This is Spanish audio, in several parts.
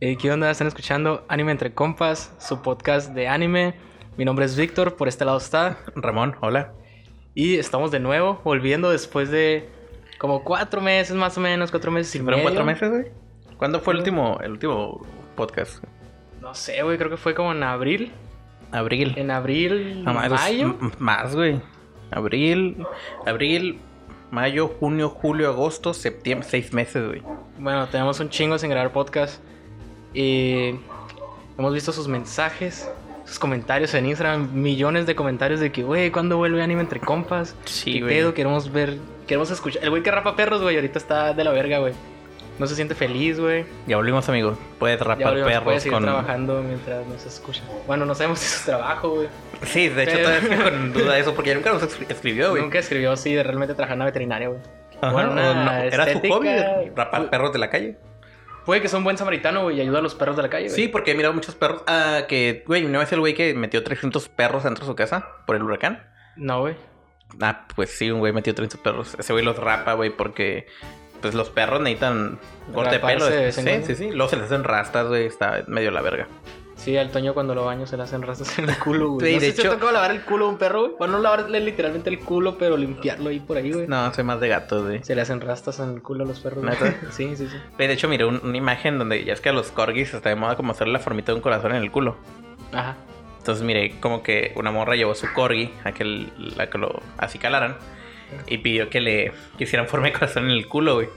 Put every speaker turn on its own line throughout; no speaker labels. Eh, ¿Qué onda? Están escuchando Anime Entre Compas, su podcast de anime. Mi nombre es Víctor, por este lado está.
Ramón, hola.
Y estamos de nuevo, volviendo después de como cuatro meses más o menos, cuatro meses y
¿Fueron
medio.
cuatro meses, güey? ¿Cuándo fue el último, el último podcast?
No sé, güey, creo que fue como en abril.
Abril.
En abril,
No mames,
mayo.
Ah, m- Más, güey. Abril, abril, mayo, junio, julio, agosto, septiembre, seis meses, güey.
Bueno, tenemos un chingo sin grabar podcast. Y hemos visto sus mensajes, sus comentarios en Instagram, millones de comentarios de que, güey, ¿cuándo vuelve anime entre compas?
Sí,
¿Qué
güey.
pedo? Queremos ver, queremos escuchar. El güey que rapa perros, güey, ahorita está de la verga, güey. No se siente feliz, güey.
Ya volvimos, amigos. Puedes
Ya
rapar
volvemos, puede
perros
seguir
con.
trabajando mientras nos escucha. Bueno, no sabemos si es su trabajo, güey.
Sí, de hecho,
Pero-
todavía estoy con duda de eso porque ya nunca nos escri- escribió, güey.
Nunca escribió si realmente trabajaba en la veterinaria, güey.
Ajá,
Bueno,
o
una
no, Era su
estética-
hobby rapar perros de la calle.
Puede que sea un buen samaritano, güey, y ayuda a los perros de la calle, güey.
Sí, porque he mirado muchos perros. Ah, que, güey, una vez el güey que metió 300 perros dentro de su casa por el huracán.
No, güey.
Ah, pues sí, un güey metió 30 perros. Ese güey los rapa, güey, porque pues los perros necesitan corte de pelo.
Raparse de vez en
Sí,
cuando.
sí, sí. Luego se les hacen rastas, güey. Está medio la verga.
Sí, al Toño cuando lo baño se le hacen rastas en el culo, güey.
Sí,
no
de
sé si te ha
hecho-
tocado lavar el culo a un perro, güey. Bueno, no lavarle literalmente el culo, pero limpiarlo ahí por ahí, güey.
No, soy más de gatos, güey.
Se le hacen rastas en el culo a los perros, güey.
¿Neta?
Sí, sí, sí.
Güey, De hecho, miré un- una imagen donde ya es que a los corgis está de moda como hacerle la formita de un corazón en el culo.
Ajá.
Entonces miré como que una morra llevó su corgi a que, l- a que lo acicalaran y pidió que le que hicieran forma de corazón en el culo, güey.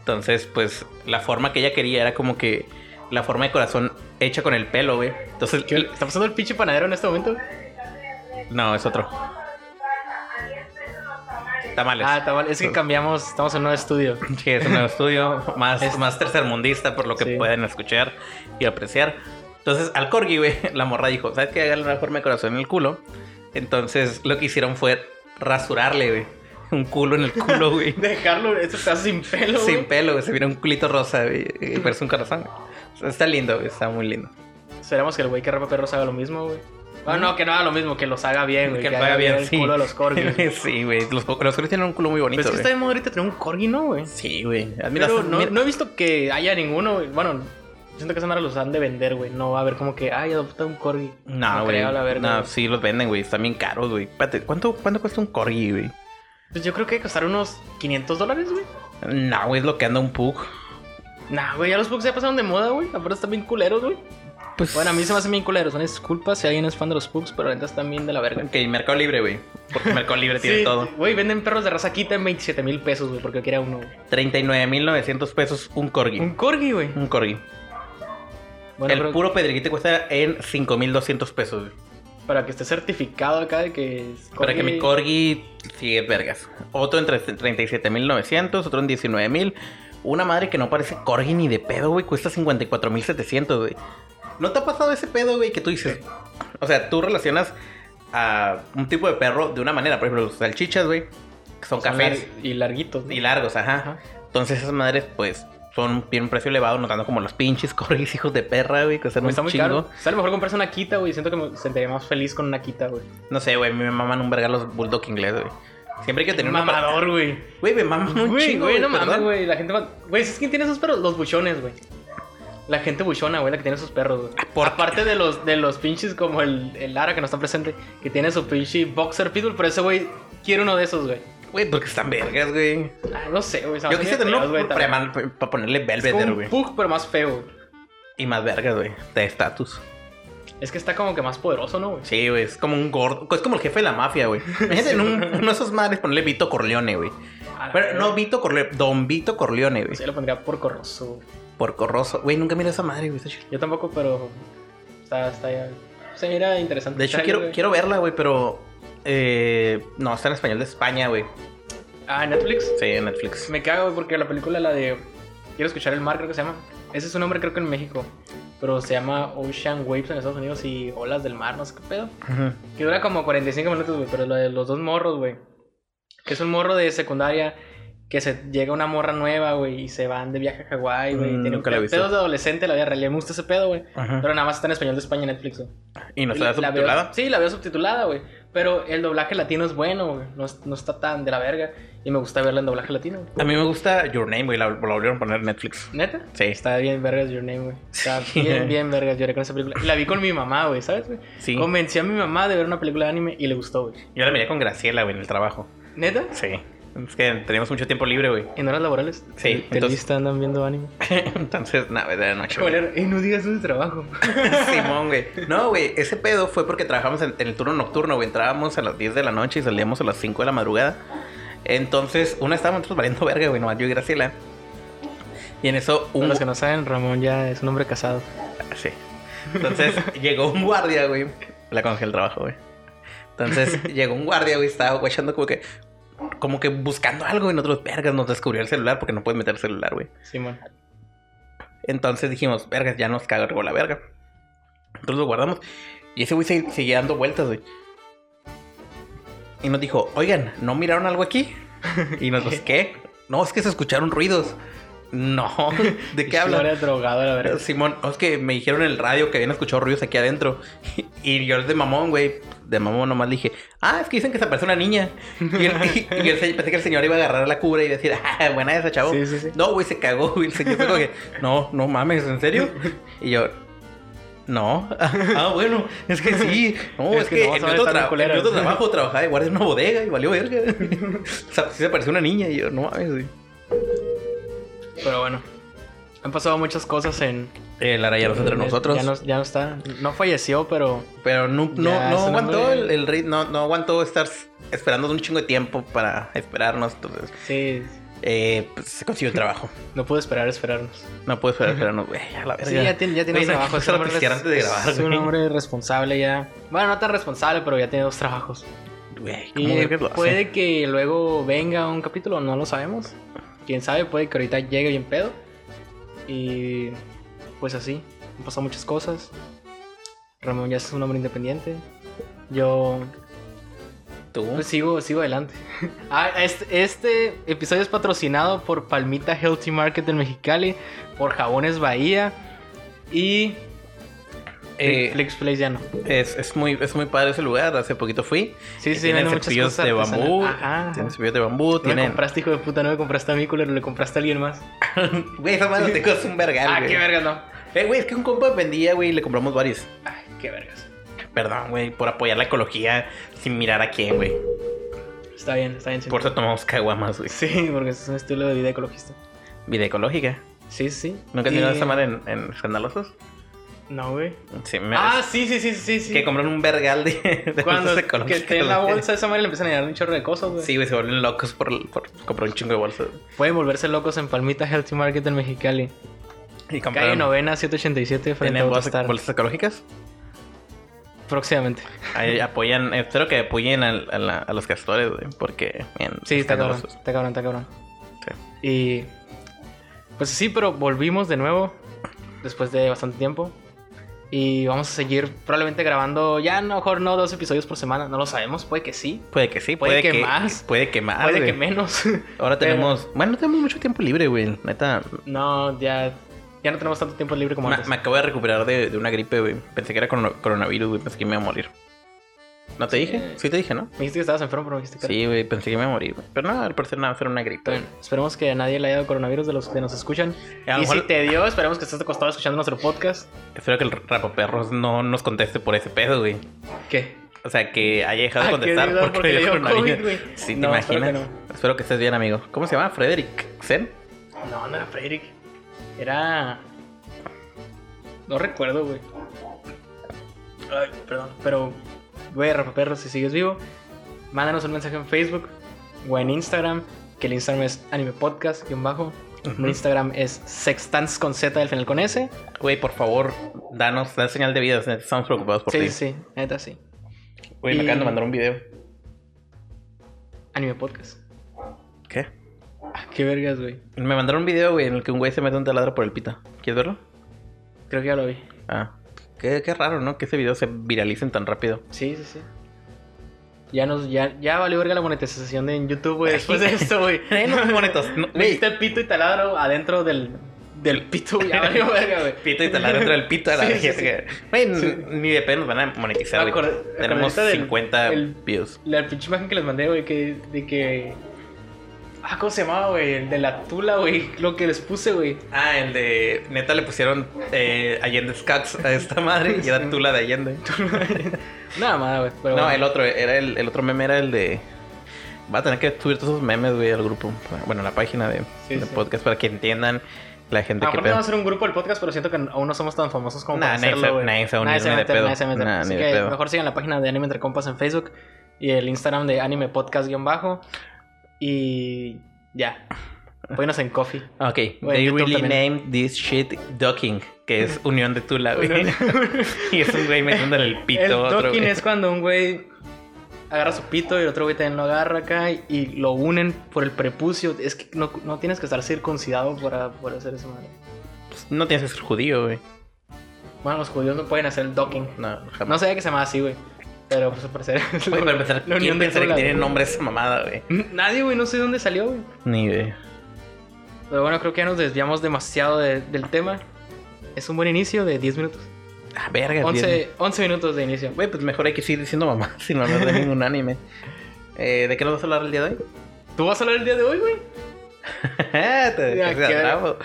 Entonces, pues la forma que ella quería era como que la forma de corazón hecha con el pelo, güey. Entonces,
¿Qué- ¿Está pasando el pinche panadero en este momento?
No, es otro. Tamales.
Ah, está mal. Es que cambiamos, estamos en un nuevo estudio.
Sí, es un nuevo estudio más,
Es-
más tercermundista, por lo que
Sí.
pueden escuchar y apreciar. Entonces, al corgi, güey, la morra dijo, ¿sabes qué? Hágale una forma de corazón en el culo. Entonces, lo que hicieron fue rasurarle, güey. Un culo en el culo, güey.
Dejarlo, esto está sin pelo,
Sin
güey.
pelo, güey. Se mira un culito rosa, güey. y Parece un corazón. güey. O sea, Está lindo, güey. Está muy lindo.
Esperamos que el güey que rapa perros haga lo mismo, güey. Bueno, no, que no haga lo mismo, que los haga bien, güey.
que lo haga bien,
el
sí.
culo de los corgis. güey. Pero
sí, güey. Los, los corgis tienen un culo muy bonito,
es que
güey.
está de moda ahorita tener un corgi, ¿no, güey?
Sí, güey. Admira-
Pero no,
mira-
no he visto que haya ninguno, güey. Bueno, siento que esa madre los han de vender, güey. No va a haber como que, ay, adopta un corgi.
No, güey.
creo, la verga,
No,
güey.
sí los venden, güey. Están bien caros, güey. Espérate, ¿cuánto, ¿cuánto cuesta un corgi, güey?
Pues yo creo que costaron unos 500 dólares, güey.
No, güey, es lo que anda un pug.
Nah, güey, ya los pugs ya pasaron de moda, güey. Aparte están bien culeros, güey.
Pues,
Bueno, a mí se me hacen bien culeros. Una disculpa si alguien es fan de los pugs, pero la neta están bien de la verga.
Ok, Mercado Libre, güey. Porque Mercado Libre tiene
Sí,
todo.
Güey, venden perros de raza quita en 27 mil pesos, güey, porque quería uno. güey.
39.900 pesos un corgi.
Un corgi, güey.
Un corgi.
Bueno,
el
pero
puro pedreguito cuesta en 5.200 pesos, güey.
para que esté certificado acá de que es
Para que mi
corgi.
corgi sigue vergas. Otro en 37.900, otro en 19.000. Una madre que no parece corgi ni de pedo, güey, cuesta 54.700, güey. ¿No te ha pasado ese pedo, güey, que tú dices? O sea, tú relacionas a un tipo de perro de una manera. Por ejemplo, los salchichas, güey, que
Son
son, cafés
lar- y larguitos. ¿no?
y largos, ajá.
Ajá.
Entonces esas madres, pues, son tienen un precio elevado, notando como los pinches corgis hijos de perra, güey, que están
Pues Está
un
muy
chingo.
caro. O sea, a lo mejor comprarse una quita, güey. Siento que me sentiría más feliz con una quita, güey.
No sé, güey, a mí me maman un verga los bulldog inglés, güey. Siempre hay que tener una...
Mamador, güey.
Güey, me maman un
Güey,
chingo,
güey, no mames,
perdón.
güey. La gente. va- Güey, ¿sabes quién tiene esos perros? Los buchones, güey. La gente buchona, güey, la que tiene esos perros, güey.
¿por qué?
Aparte de los, de los pinches como el, el Lara que no está presente, que tiene su pinche boxer pitbull, pero ese güey quiere uno de esos, güey.
Güey, porque están vergas, güey.
Ah, no sé, güey. se me
Yo
hacen
quise
bien
tener uno
feos, güey,
para,
también.
man- para ponerle
Es como
Belvedere,
un
güey.
pug, pero más feo. güey.
Y más vergas, güey. De estatus.
Es que está como que más poderoso, ¿no, güey?
Sí, güey. Es como un gordo. Es como el jefe de la mafia, güey. Imagínate en un- uno de esos madres ponerle Vito Corleone, güey.
A la
Pero no
verga.
Vito Corleone, Don Vito Corleone, güey.
Ah, Sí, lo pondría por corroso.
Por corroso. Güey, nunca miro esa madre, güey. está chida.
Yo tampoco, pero. Está, está ya. Se mira interesante.
De
Está
hecho,
bien,
quiero,
güey.
quiero verla, güey, pero. eh, no, está en español de España, güey.
Ah, ¿en Netflix.
Sí, en Netflix.
Me cago, güey, porque la película, la de Quiero escuchar el mar, creo que se llama. Ese es su nombre, creo que en México. Pero se llama Ocean Waves en Estados Unidos y Olas del Mar, no sé qué pedo.
Ujú.
Que dura como 45 minutos, güey. Pero lo de los dos morros, güey. Que es un morro de secundaria que se llega una morra nueva, güey, y se van de viaje a Hawái, güey.
Mm,
Tienen
nunca la he
pe-
visto.
pedos de adolescente, la vida real. Me gusta ese pedo, güey.
Ajá.
Pero nada más está en español de España en Netflix, güey.
Y no
Y la
está
veo-
subtitulada.
sí, la veo subtitulada, güey. Pero el doblaje latino es bueno, güey. No, es- no está tan de la verga. Y me gusta verla en doblaje latino. güey.
A mí me gusta Your Name, güey. La, la volvieron a poner en Netflix.
¿Neta?
Sí,
Está bien vergas Your Name, güey. Está
Sí.
bien, bien vergas. Lloré con esa película. La vi con mi mamá, güey, ¿sabes, güey?
sí.
Convencí a mi mamá de ver una película de anime y le gustó, güey.
Yo la miré con Graciela, güey, en el trabajo.
¿Neta?
Sí. Es que teníamos mucho tiempo libre, güey.
¿En horas laborales? ¿Te-
Sí,
¿Te
entonces-
lista andan viendo anime?
Entonces, nada, de la noche. güey.
Cabrón, eh, no digas eso de trabajo.
Simón, güey. No, güey, ese pedo fue porque trabajamos en, en el turno nocturno, güey. Entrábamos a las 10 de la noche y salíamos a las 5 de la madrugada. Entonces, una estábamos nosotros valiendo verga, güey, nomás yo y Graciela. Y en eso,
Para
un.
los que no saben, Ramón ya es un hombre casado.
Sí. Entonces, llegó un guardia, güey. La conocí el trabajo, güey. Entonces, llegó un guardia, güey, estaba guachando como que. Como que buscando algo en otros vergas, nos descubrió el celular porque no puedes meter el celular, güey.
Simón.
Entonces dijimos, vergas, ya nos cagó la verga. Entonces lo guardamos. Y ese güey se- seguía dando vueltas, güey. Y nos dijo, oigan, ¿no miraron algo aquí? Y nos dijo, ¿qué? No, es que se escucharon ruidos. No, ¿de qué hablan?
Era drogado, la verdad.
Simón, "No, es que me dijeron en el radio que habían escuchado ruidos aquí adentro. Y yo de mamón, güey, de mamón nomás le dije, ah, es que dicen que se aparece una niña. Y, el- y- y el se- pensé que el señor iba a agarrar la cubra y decir, ah, buena esa, chavo.
Sí, sí, sí.
No, güey, se cagó, güey. El señor fue como que, no, no mames, ¿en serio? Y yo, no. Ah, bueno, es que sí. No, es,
Es
que,
que no vas
en,
a ver
otro
tan
tra-
culera.
en otro trabajo trabajaba de guardia en una bodega y valió verga. o sea, sí se pareció una niña y yo, no mames, güey.
Pero bueno. Han pasado muchas cosas en...
El Eh, Lara ya los entre nosotros.
Ya no, ya no está. No falleció, pero...
Pero no, no,
Ya,
no
su
aguantó
nombre-
el, el rit- no, no aguantó estar esperando un chingo de tiempo para esperarnos. Entonces,
Sí,
eh, pues, se consiguió el trabajo.
no pude esperar a esperarnos.
No puedo esperar a esperarnos, güey. A la verga.
Sí, ya tiene, ya tiene
Oye,
dos
no,
trabajos.
se
ese
lo
hombre
pistearon antes de
es-
grabar,
Es un
güey.
hombre responsable ya. Bueno, no tan responsable, pero ya tiene dos trabajos.
Güey, ¿cómo
Y
vergas lo hace?
puede que luego venga un capítulo, no lo sabemos. Quién sabe, puede que ahorita llegue bien pedo. Y pues así, han pasado muchas cosas. Ramón ya es un hombre independiente. Yo
¿Tú?
pues, sigo, sigo adelante. Ah, este, este episodio es patrocinado por Palmita Healthy Market en Mexicali, por Jabones Bahía y
Eh,
Flix Place ya no.
es, es muy, es muy padre ese lugar. Hace poquito fui.
Sí, sí,
tienen
venden muchas
cepillos
cosas
de
artesanales.
bambú.
Ajá.
Tienen cepillos de bambú.
No me
Tienen.
compraste, hijo de puta, no me compraste a mí, culero, le compraste a alguien más.
Güey, esa madre te cuesta un vergal.
Ah,
güey.
qué vergas, no.
Eh, güey, es que un compa vendía, güey, y le compramos varios.
Ay, qué vergas.
Perdón, güey, por apoyar la ecología sin mirar a quién, güey.
Está bien, está bien. sí.
Por eso tomamos caguamas, güey.
Sí, porque es un estilo de vida ecologista.
Vida ecológica.
Sí, sí.
¿Nunca has
Y-
tenido esa madre en, en Escandalosos?
No, güey.
Sí, me
Ah, sí, sí, sí, sí, sí.
Que compran un vergal de, de
Cuando
bolsas
que
ecológicas,
esté en la
güey.
bolsa, esa madre le empiezan a llenar un chorro de cosas, güey.
Sí, güey, se vuelven locos por, por comprar un chingo de bolsas.
Pueden volverse locos en Palmita Healthy Market en Mexicali.
Y
Calle
compran
Novena 787 frente a
¿Tienen bolsas,
Autostar.
bolsas ecológicas?
Próximamente.
Ahí apoyan, espero que apoyen al- a, la- a los castores, güey, porque... man,
Sí, está cabrón,
escandalosos.
está cabrón, está cabrón. Y pues sí, pero volvimos de nuevo después de bastante tiempo. Y vamos a seguir probablemente grabando ya, a lo mejor no dos episodios por semana, no lo sabemos, puede que sí,
Puede que sí,
Puede
puede,
que
que,
más.
Puede que más,
puede
güey.
que menos.
Ahora
Pero-
tenemos... Bueno, no tenemos mucho tiempo libre, güey. Neta,
no, ya, ya no tenemos tanto tiempo libre como
me,
antes.
me acabo de recuperar de, de una gripe, güey. Pensé que era cono- coronavirus, güey. Pensé que me iba a morir. ¿No te dije? Sí te dije, ¿no?
Me dijiste que estabas enfermo, pero me dijiste que...
Sí, güey, pensé que me iba a morir, güey. Pero no, al parecer nada, era una gripe.
Bueno, esperemos que a nadie le haya dado coronavirus de los que nos escuchan.
A lo
Y si
mejor-
te dio, esperemos que estés acostado escuchando nuestro podcast.
Espero que el rapaperros no nos conteste por ese pedo, güey.
¿Qué?
O sea, que haya dejado de
Ah, que
contestar
dio-
porque,
porque
le
dio
dio coronavirus.
COVID, güey.
Sí, ¿te
No, espero
imaginas?
que
Espero que, estés bien, amigo. ¿Cómo se llama? ¿Frederick Zen?
No, no era Frederick. Era. No recuerdo, güey. Ay, perdón. Pero, güey, Rafa Perro, si sigues vivo, mándanos un mensaje en Facebook o en Instagram. Que el Instagram es Anime Podcast, guión bajo. Mi Instagram es Sextans con Z del final con S.
Güey, por favor, danos la señal de vida. Estamos preocupados por
Sí,
ti.
sí, neta, sí.
Güey, me
Y-
acaban de mandar un video.
Anime Podcast.
¿Qué?
Ah, qué vergas, güey.
Me mandaron un video, güey, en el que un güey se mete un taladro por el pito. ¿Quieres verlo?
Creo que ya lo vi.
Ah. Qué, qué raro, ¿no? Que ese video se viralicen tan rápido.
Sí, sí, sí. Ya nos, ya, ya valió verga la monetización en YouTube, güey, después de esto, güey.
Menos monetos. No,
Le
güey,
hiciste el pito y taladro adentro del, del pito, güey. Ya valió verga, güey.
Pito y taladro entre el pito a la
Sí,
vez.
sí, sí.
ni de pedo nos van a monetizar,
Me
güey.
acordé- me
Tenemos
acordé del-
50
el-
views.
La pinche imagen que les mandé, güey, que, de que... Ah, ¿cómo se llamaba, güey? El de la tula, güey. Lo que les puse, güey.
Ah, el de. Neta le pusieron eh, Allende Scax a esta madre y era Tula de Allende.
Nada más, güey. Pero
No,
bueno.
el otro, era el, el otro meme era el de. Va a tener que subir todos esos memes, güey, al grupo. Bueno, a la página de,
Sí,
de
sí.
podcast para que entiendan la
A lo
gente que
mejor no vamos a hacer un grupo del podcast, pero siento que aún no somos tan famosos como
Nah,
para
nadie
hacerlo,
se-
güey.
nadie se va a unir,
va
ni de
meter,
pedo.
nadie se va a meter.
Nah,
Así
ni de
que
pedo.
mejor sigan la página de Anime Entre Compas en Facebook y el Instagram de Anime Podcast guión bajo. Y ya. Apóyanos en Coffee.
Ok,
Bueno,
they
YouTube
really
también.
named this shit ducking, que es unión de Tula, güey.
el
y es un güey metiéndole el pito a otro,
docking
güey.
es cuando un güey agarra su pito y el otro güey también lo agarra acá y lo unen por el prepucio. Es que no, no tienes que estar circuncidado para poder hacer eso, madre.
Pues, No tienes que ser judío, güey.
Bueno, los judíos no pueden hacer el docking.
No, jamás.
No sabía que se llamaba así, güey. Pero pues al parecer. es
Güey,
la-
para empezar,
la unión
¿quién
de
pensaría que
Tula,
tiene
güey?
nombre esa mamada, güey?
Nadie, güey, no sé dónde salió, güey.
Ni idea.
Pero bueno, creo que ya nos desviamos demasiado de- del tema. Es un buen inicio de 10 minutos.
Ah, verga, bien.
11, 11 minutos de inicio.
Güey, pues mejor hay que seguir diciendo mamá sin hablar de ningún anime. Eh, ¿De qué nos vas a hablar el día de hoy?
¿Tú vas a hablar el día de hoy, güey?
Te dejaste
qué-
atrapado.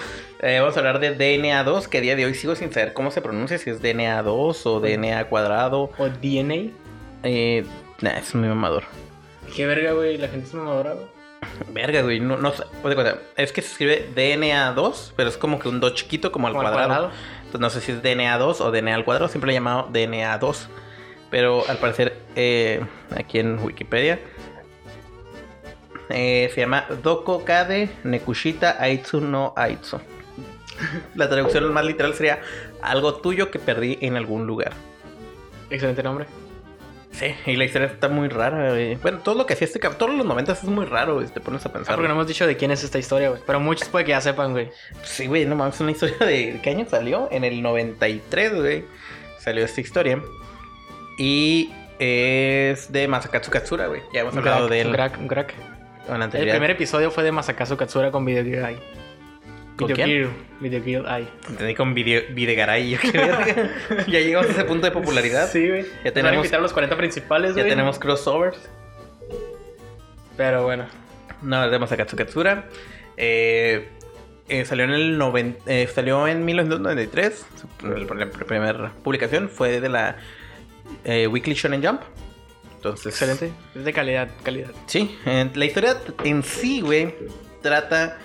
Eh, vamos a hablar de DNA 2, que a día de hoy sigo sin saber cómo se pronuncia, si es DNA 2 o DNA cuadrado.
¿O DNA?
Eh, nah, es muy mamador.
Qué verga, güey. La gente es mamadora, güey.
Verga, güey, no, no sé. Haz de cuenta, Es que se escribe DNA 2, pero es como que un 2 chiquito, como al
Como al
cuadrado. Entonces pues, no sé si es DNA 2 o DNA al cuadrado, siempre lo he llamado DNA 2. Pero al parecer, eh, aquí en Wikipedia, eh, se llama Doko Kade Nekushita Aitsu no Aitsu. La traducción más literal sería algo tuyo que perdí en algún lugar.
Excelente nombre.
Sí, y la historia está muy rara. güey. Bueno, todo lo que hacía este cabrón, todos los 90 es muy raro, güey, si te pones a
Ah,
pensar.
porque no hemos dicho de quién es esta historia, güey. Pero muchos puede que ya sepan, güey.
Sí, güey, no mames, es una historia de... ¿Qué año salió? En el 93, güey. Salió esta historia. Y es de Masakatsu Katsura, güey. Ya hemos
Un
hablado
crack,
de
un
él
crack, un crack.
en la
El
anterioridad.
primer episodio fue de Masakazu Katsura con Video Girl Eye.
¿Con
Video
quién?
Girl- Video Girl Eye.
Entendí con video, Videgaray. yo qué verga. ya llegamos a ese punto de popularidad.
Sí, güey. Ya tenemos... Van a
tenemos-
invitar a los 40 principales,
ya
güey.
tenemos crossovers.
Pero bueno.
No, es de Masakatsu Katsura. Eh, eh, salió en el noven- eh, salió en 1993. Su- el- La primera publicación fue de la eh, Weekly Shonen Jump. Entonces,
Excelente. Es de calidad, calidad.
Sí, en- la historia en sí, güey, trata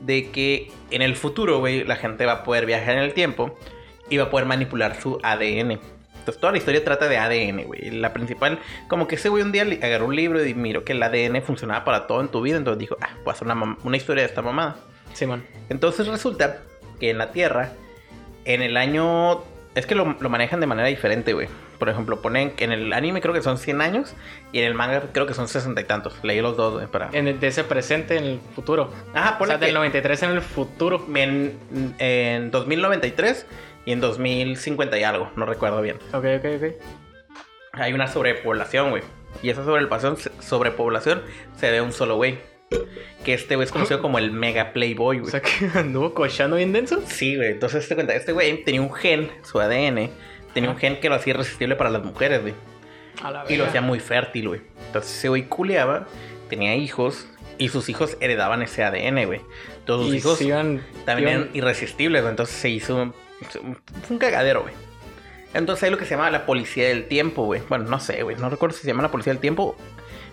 de que en el futuro, güey, la gente va a poder viajar en el tiempo y va a poder manipular su ADN. Entonces, toda la historia trata de ADN, güey. La principal, como que ese güey un día li- agarró un libro y miró que el ADN funcionaba para todo en tu vida. Entonces dijo, ah, pues una, mam- una historia de esta mamada.
Simón.
Entonces resulta que en la Tierra, en el año... Es que lo, lo manejan de manera diferente, güey. Por ejemplo, ponen que en el anime creo que son 100 años y en el manga creo que son 60 y tantos. Leí los dos, güey, para...
En el- de ese presente en el futuro.
Ajá,
O
ponle
sea, del
que
93 en el futuro.
en, en 2093 y en 2050 y algo, no recuerdo bien.
Ok, ok, ok.
Hay una sobrepoblación, güey. Y esa sobrepoblación, sobrepoblación se ve a un solo güey. Que este güey es conocido como el Mega Playboy,
O
güey.
sea, que anduvo cochando bien denso.
Sí, güey. Entonces te cuenta, este güey tenía un gen, su ADN, tenía un
Ajá.
gen que lo hacía irresistible para las mujeres, güey.
A la
Y lo hacía muy fértil, güey. Entonces ese güey culeaba, tenía hijos y sus hijos heredaban ese ADN, güey. Entonces sus
Y
hijos
se iban-
también
iban-
eran irresistibles, güey. Entonces se hizo un, fue un cagadero, güey. Entonces hay lo que se llama la policía del tiempo, güey. Bueno, no sé, güey. No recuerdo si se llama la policía del tiempo.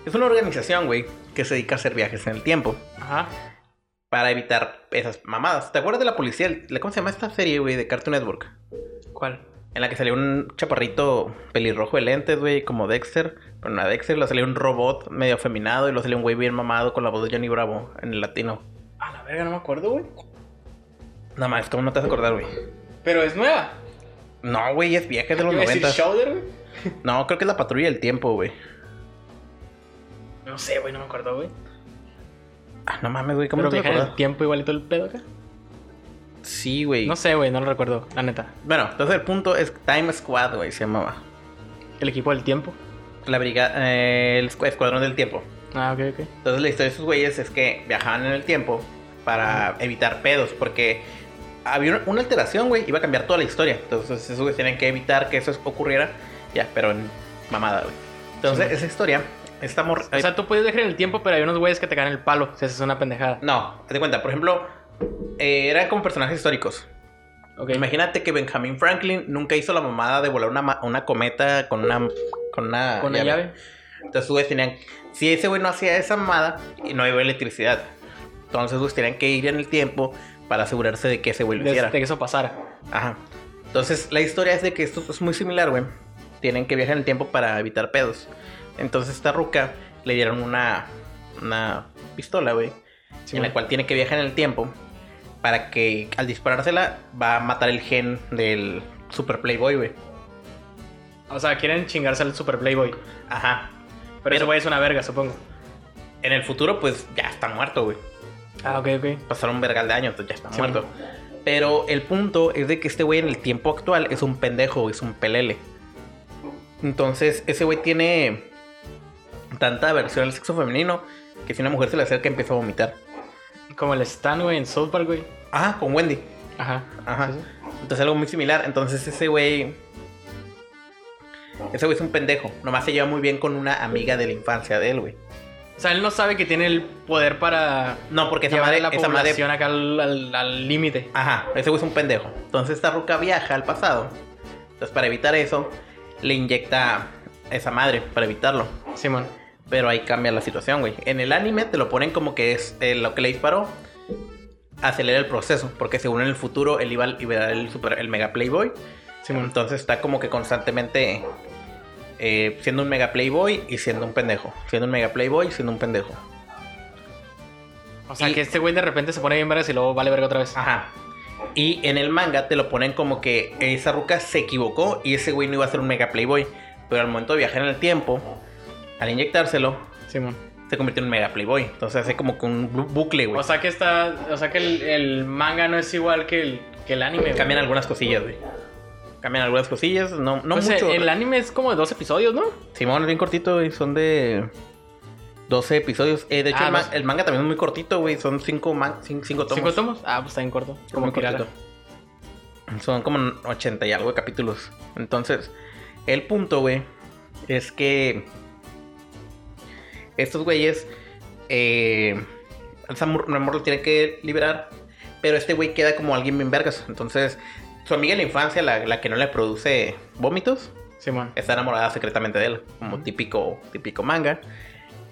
Es una organización, güey, que se dedica a hacer viajes en el tiempo
Ajá.
para evitar esas mamadas. ¿Te acuerdas de la policía? del- ¿Cómo se llama esta serie, güey, de Cartoon Network?
¿Cuál?
En la que salió un chaparrito pelirrojo de lentes, güey, como Dexter. Pero no era Dexter, lo salió un robot medio afeminado y lo salió un güey bien mamado con la voz de Johnny Bravo en el latino.
A la verga, no me acuerdo, güey.
Nada más, ¿cómo no te vas a acordar, güey?
Pero es nueva.
No, güey, es vieja es de
Yo
los
iba a decir
90.
Shoulder, güey.
No, creo que es la patrulla del tiempo, güey.
No sé, güey, no me acuerdo, güey.
Ah, no mames, güey, ¿cómo
Pero
no te
viaja en
acuerdas?
el tiempo igualito el pedo acá.
Sí, güey.
No sé, güey, no lo recuerdo, la neta.
Bueno, entonces el punto es Time Squad, güey, se llamaba.
El equipo del tiempo.
la briga, eh, el escu- escuadrón del tiempo.
Ah, ok, ok.
Entonces la historia de esos güeyes es que viajaban en el tiempo para evitar pedos, porque había una, una alteración, güey, iba a cambiar toda la historia. Entonces esos güeyes tenían que evitar que eso ocurriera, ya, pero en mamada, güey. Entonces
Sí.
esa historia, esta mor-
O sea, tú puedes dejar en el tiempo, pero hay unos güeyes que te caen el palo si haces una pendejada.
No, te cuenta, por ejemplo, eh, eran como personajes históricos.
Ok.
Imagínate que Benjamin Franklin nunca hizo la mamada de volar una, ma- una cometa con una... Con una
Con la llave.
Entonces, güeyes tenían. Si ese güey no hacía esa mamada, no iba electricidad. Entonces, güeyes tenían que ir en el tiempo para asegurarse de que ese güey lo
Desde
hiciera.
que eso pasara.
Ajá. Entonces, la historia es de que esto es muy similar, güey. Tienen que viajar en el tiempo para evitar pedos. Entonces, esta ruca le dieron una, una pistola, güey.
Sí,
en la
güey.
cual tiene que viajar en el tiempo. Para que al disparársela va a matar el gen del Super Playboy, güey.
O sea, quieren chingarse al Super Playboy.
Ajá.
Pero,
Pero-
ese güey es una verga, supongo.
En el futuro, pues ya está muerto, güey.
Ah, ok, ok.
pasaron un vergal de años, entonces ya está
Sí.
muerto. Pero el punto es de que este güey en el tiempo actual es un pendejo, es un pelele. Entonces, ese güey tiene tanta aversión al sexo femenino que si una mujer se le acerca empieza a vomitar.
Como el Stan, güey, en South Park, güey.
Ajá, con Wendy.
Ajá.
Ajá.
Sí, sí.
Entonces, algo muy similar. Entonces, ese güey. Ese güey es un pendejo. Nomás se lleva muy bien con una amiga de la infancia de él, güey.
O sea, él no sabe que tiene el poder para
No, porque esa
llevar
madre,
a la
esa madre
población acá al- al al límite.
Ajá, ese güey es un pendejo. Entonces esta ruca viaja al pasado. Entonces para evitar eso, le inyecta esa madre para evitarlo.
Simón.
Pero ahí cambia la situación, güey. En el anime te lo ponen como que es eh, lo que le disparó. Acelera el proceso, porque según en el futuro él iba a liberar el, super, el Mega Playboy.
Simón.
Entonces está como que constantemente eh, siendo un Mega Playboy y siendo un pendejo. Siendo un Mega Playboy y siendo un pendejo.
O sea,
Y- Ah,
que este güey de repente se pone bien vergas y luego vale verga otra vez.
Ajá. Y en el manga te lo ponen como que esa ruca se equivocó y ese güey no iba a ser un mega playboy. Pero al momento de viajar en el tiempo, al inyectárselo,
Simón.
se convirtió en un mega playboy. Entonces hace como que un bu- bucle, güey.
O sea que está. O sea que el, el manga no es igual que el, que el anime. güey.
Cambian algunas cosillas, güey. Cambian algunas cosillas, no, no
Pues,
mucho.
eh, El anime es como de dos episodios, ¿no?
Simón es bien cortito, güey. Son de 12 episodios. Eh, de hecho,
Ah,
el, ma-
no sé.
el manga también es muy cortito, güey. Son 5 man cin- cinco tomos.
¿Cinco tomos? Ah, pues está en corto.
Es
Como
muy
Kirara.
cortito. Son como 80 y algo de capítulos. Entonces, el punto, güey, es que estos güeyes, eh, al Samur al Amor lo tienen que liberar, pero este güey queda como alguien bien vergas. Entonces, su amiga de la infancia, la, la que no le produce vómitos,
Simón.
está enamorada secretamente de él, como típico, típico manga.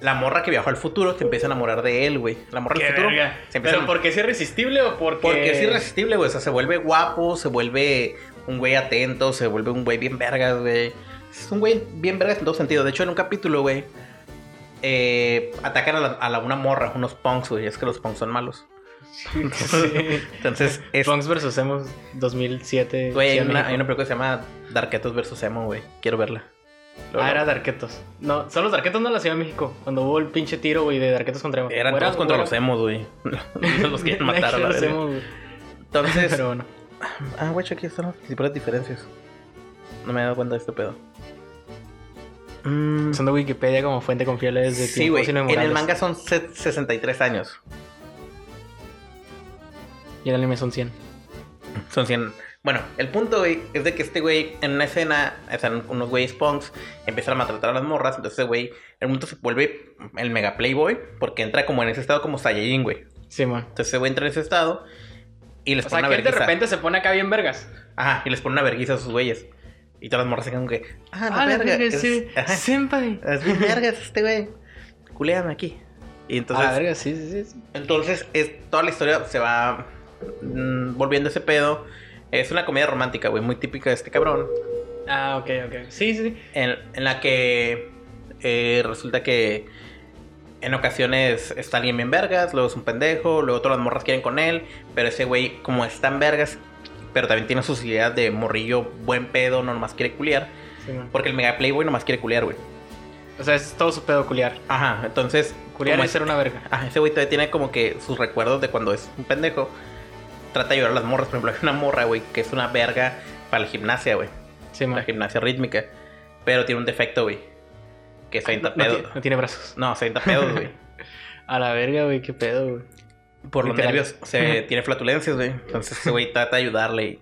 La morra que viajó al futuro se empieza a enamorar de él, güey. La morra del futuro se empieza a
¿Pero porque es irresistible o porque.?
porque es irresistible, güey. O sea, se vuelve guapo, se vuelve un güey atento, se vuelve un güey bien vergas, güey. Es un güey bien vergas en todo sentido. De hecho, en un capítulo, güey, eh, atacan a, la- a la- una morra, unos punks, güey. Es que los punks son malos.
Sí.
Entonces, es,
Punks vs. Emos 2007.
güey, hay
Ciudad
una,
México.
hay una película que se llama Darketos vs. Emo, güey. Quiero verla. Luego-
Ah, era Darquetos. No, son los Darquetos no en la Ciudad de México. Cuando hubo el pinche tiro, güey, de Darquetos contra Emos.
Eran
Fuera-
todos contra
fuera-
los emos, güey. los quieren matar a la
Los
verga.
emos, güey.
Entonces,
Pero bueno.
Ah, güey, aquí están las principales diferencias. No me he dado cuenta de este pedo. Mm,
Usando Wikipedia como fuente confiable desde
sí,
tiempos
güey. En el
inmemorables.
manga son se- 63 años.
Y en el anime son 100.
Son 100. Bueno, el punto, güey, es de que este güey en una escena, están unos güeyes punks, empiezan a maltratar a las morras. Entonces, ese güey, el mundo se vuelve el mega playboy porque entra como en ese estado como Saiyajin, güey.
Sí, man.
Entonces, ese güey entra en ese estado y les
O
pone
sea,
una
que él de
vergüenza.
repente se pone acá bien vergas.
Ajá, y les pone una vergüenza a sus güeyes. Y todas las morras se quedan como que, ah, la verga. es-
sí.
ajá.
Senpai.
Es bien vergas este güey. Culeame aquí. Y
Ah,
entonces,
verga, sí, sí, sí, sí.
entonces es, toda la historia se va mm, volviendo ese pedo. Es una comedia romántica, güey, muy típica de este cabrón.
Ah, ok, ok. Sí, sí, sí.
En, en la que eh, resulta que en ocasiones está alguien bien vergas, luego es un pendejo, luego todas las morras quieren con él, pero ese güey, como es tan vergas, pero también tiene sus ideas de morrillo, buen pedo, no nomás quiere culiar.
Sí, man.
Porque el mega playboy nomás quiere culiar, güey.
O sea, es todo su pedo culiar.
Ajá, entonces.
Culiar
como
es
es-
ser una verga.
Ah, ese güey todavía tiene como que sus recuerdos de cuando es un pendejo. Trata de ayudar a las morras. Por ejemplo, hay una morra, güey, que es una verga para la gimnasia, güey.
Sí,
La
man.
gimnasia rítmica. Pero tiene un defecto, güey. que 60
No,
pedos.
ti- no tiene brazos.
No, 60 pedos, güey.
A la verga, güey, qué pedo, güey.
Por los
Literal.
nervios, se tiene flatulencias, güey. Entonces ese güey trata de ayudarle y,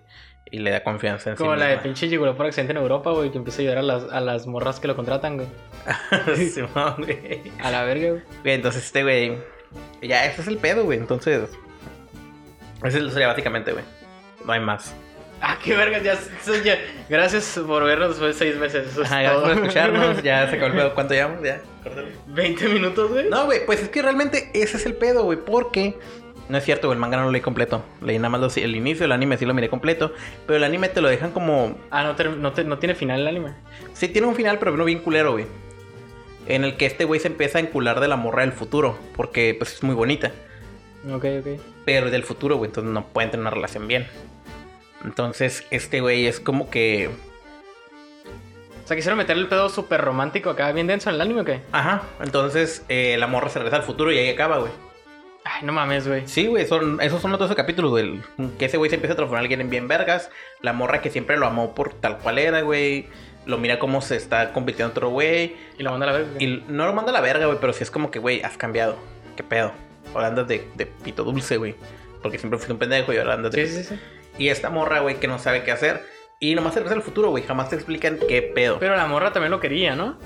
y le da confianza en sí
Como la de
misma.
pinche Gigolo por accidente en Europa, güey, que empieza a ayudar a las, a las morras que lo contratan, güey.
Simón, güey.
A la verga, güey.
Güey, entonces este güey. Ya, ese es el pedo, güey. Entonces. Esa es la historia, básicamente, güey. No hay más.
Ah, qué verga, ya, eso ya- Gracias por vernos después de seis meses. Eso es
Ajá,
todo.
gracias por escucharnos. Ya se acabó el pedo. ¿Cuánto llevamos? Ya, córtalo.
20 minutos, güey.
No, güey, pues es que realmente ese es el pedo, güey. Porque. No es cierto, güey. El manga no lo leí completo. Leí nada más los- el inicio, el anime sí lo miré completo. Pero el anime te lo dejan como.
Ah, no, ter- no, te- no tiene final el anime.
Sí, tiene un final, pero no bien culero, güey. En el que este güey se empieza a encular de la morra del futuro. Porque, pues, es muy bonita.
Ok, ok.
pero es del futuro, güey, entonces no pueden tener una relación bien. Entonces, este güey es como que.
O sea, quisieron meterle el pedo súper romántico acá, bien denso en el anime, ¿o qué?
Ajá, entonces eh, la morra se regresa al futuro y ahí acaba, güey.
Ay, no mames, güey.
Sí, güey, son, esos son los 12 capítulos, güey. Que ese güey se empieza a transformar en alguien en bien vergas. La morra que siempre lo amó por tal cual era, güey. Lo mira cómo se está convirtiendo en otro güey.
Y lo manda a la verga.
Y no lo manda a la verga, güey, pero sí es como que, güey, has cambiado. ¿Qué pedo? Ahora andas de, de pito dulce, güey. Porque siempre fuiste un pendejo y ahora andas de
Sí, sí, sí.
Y esta morra, güey, que no sabe qué hacer. Y nomás se regresa al futuro, güey. Jamás te explican qué pedo.
Pero la morra también lo quería, ¿no?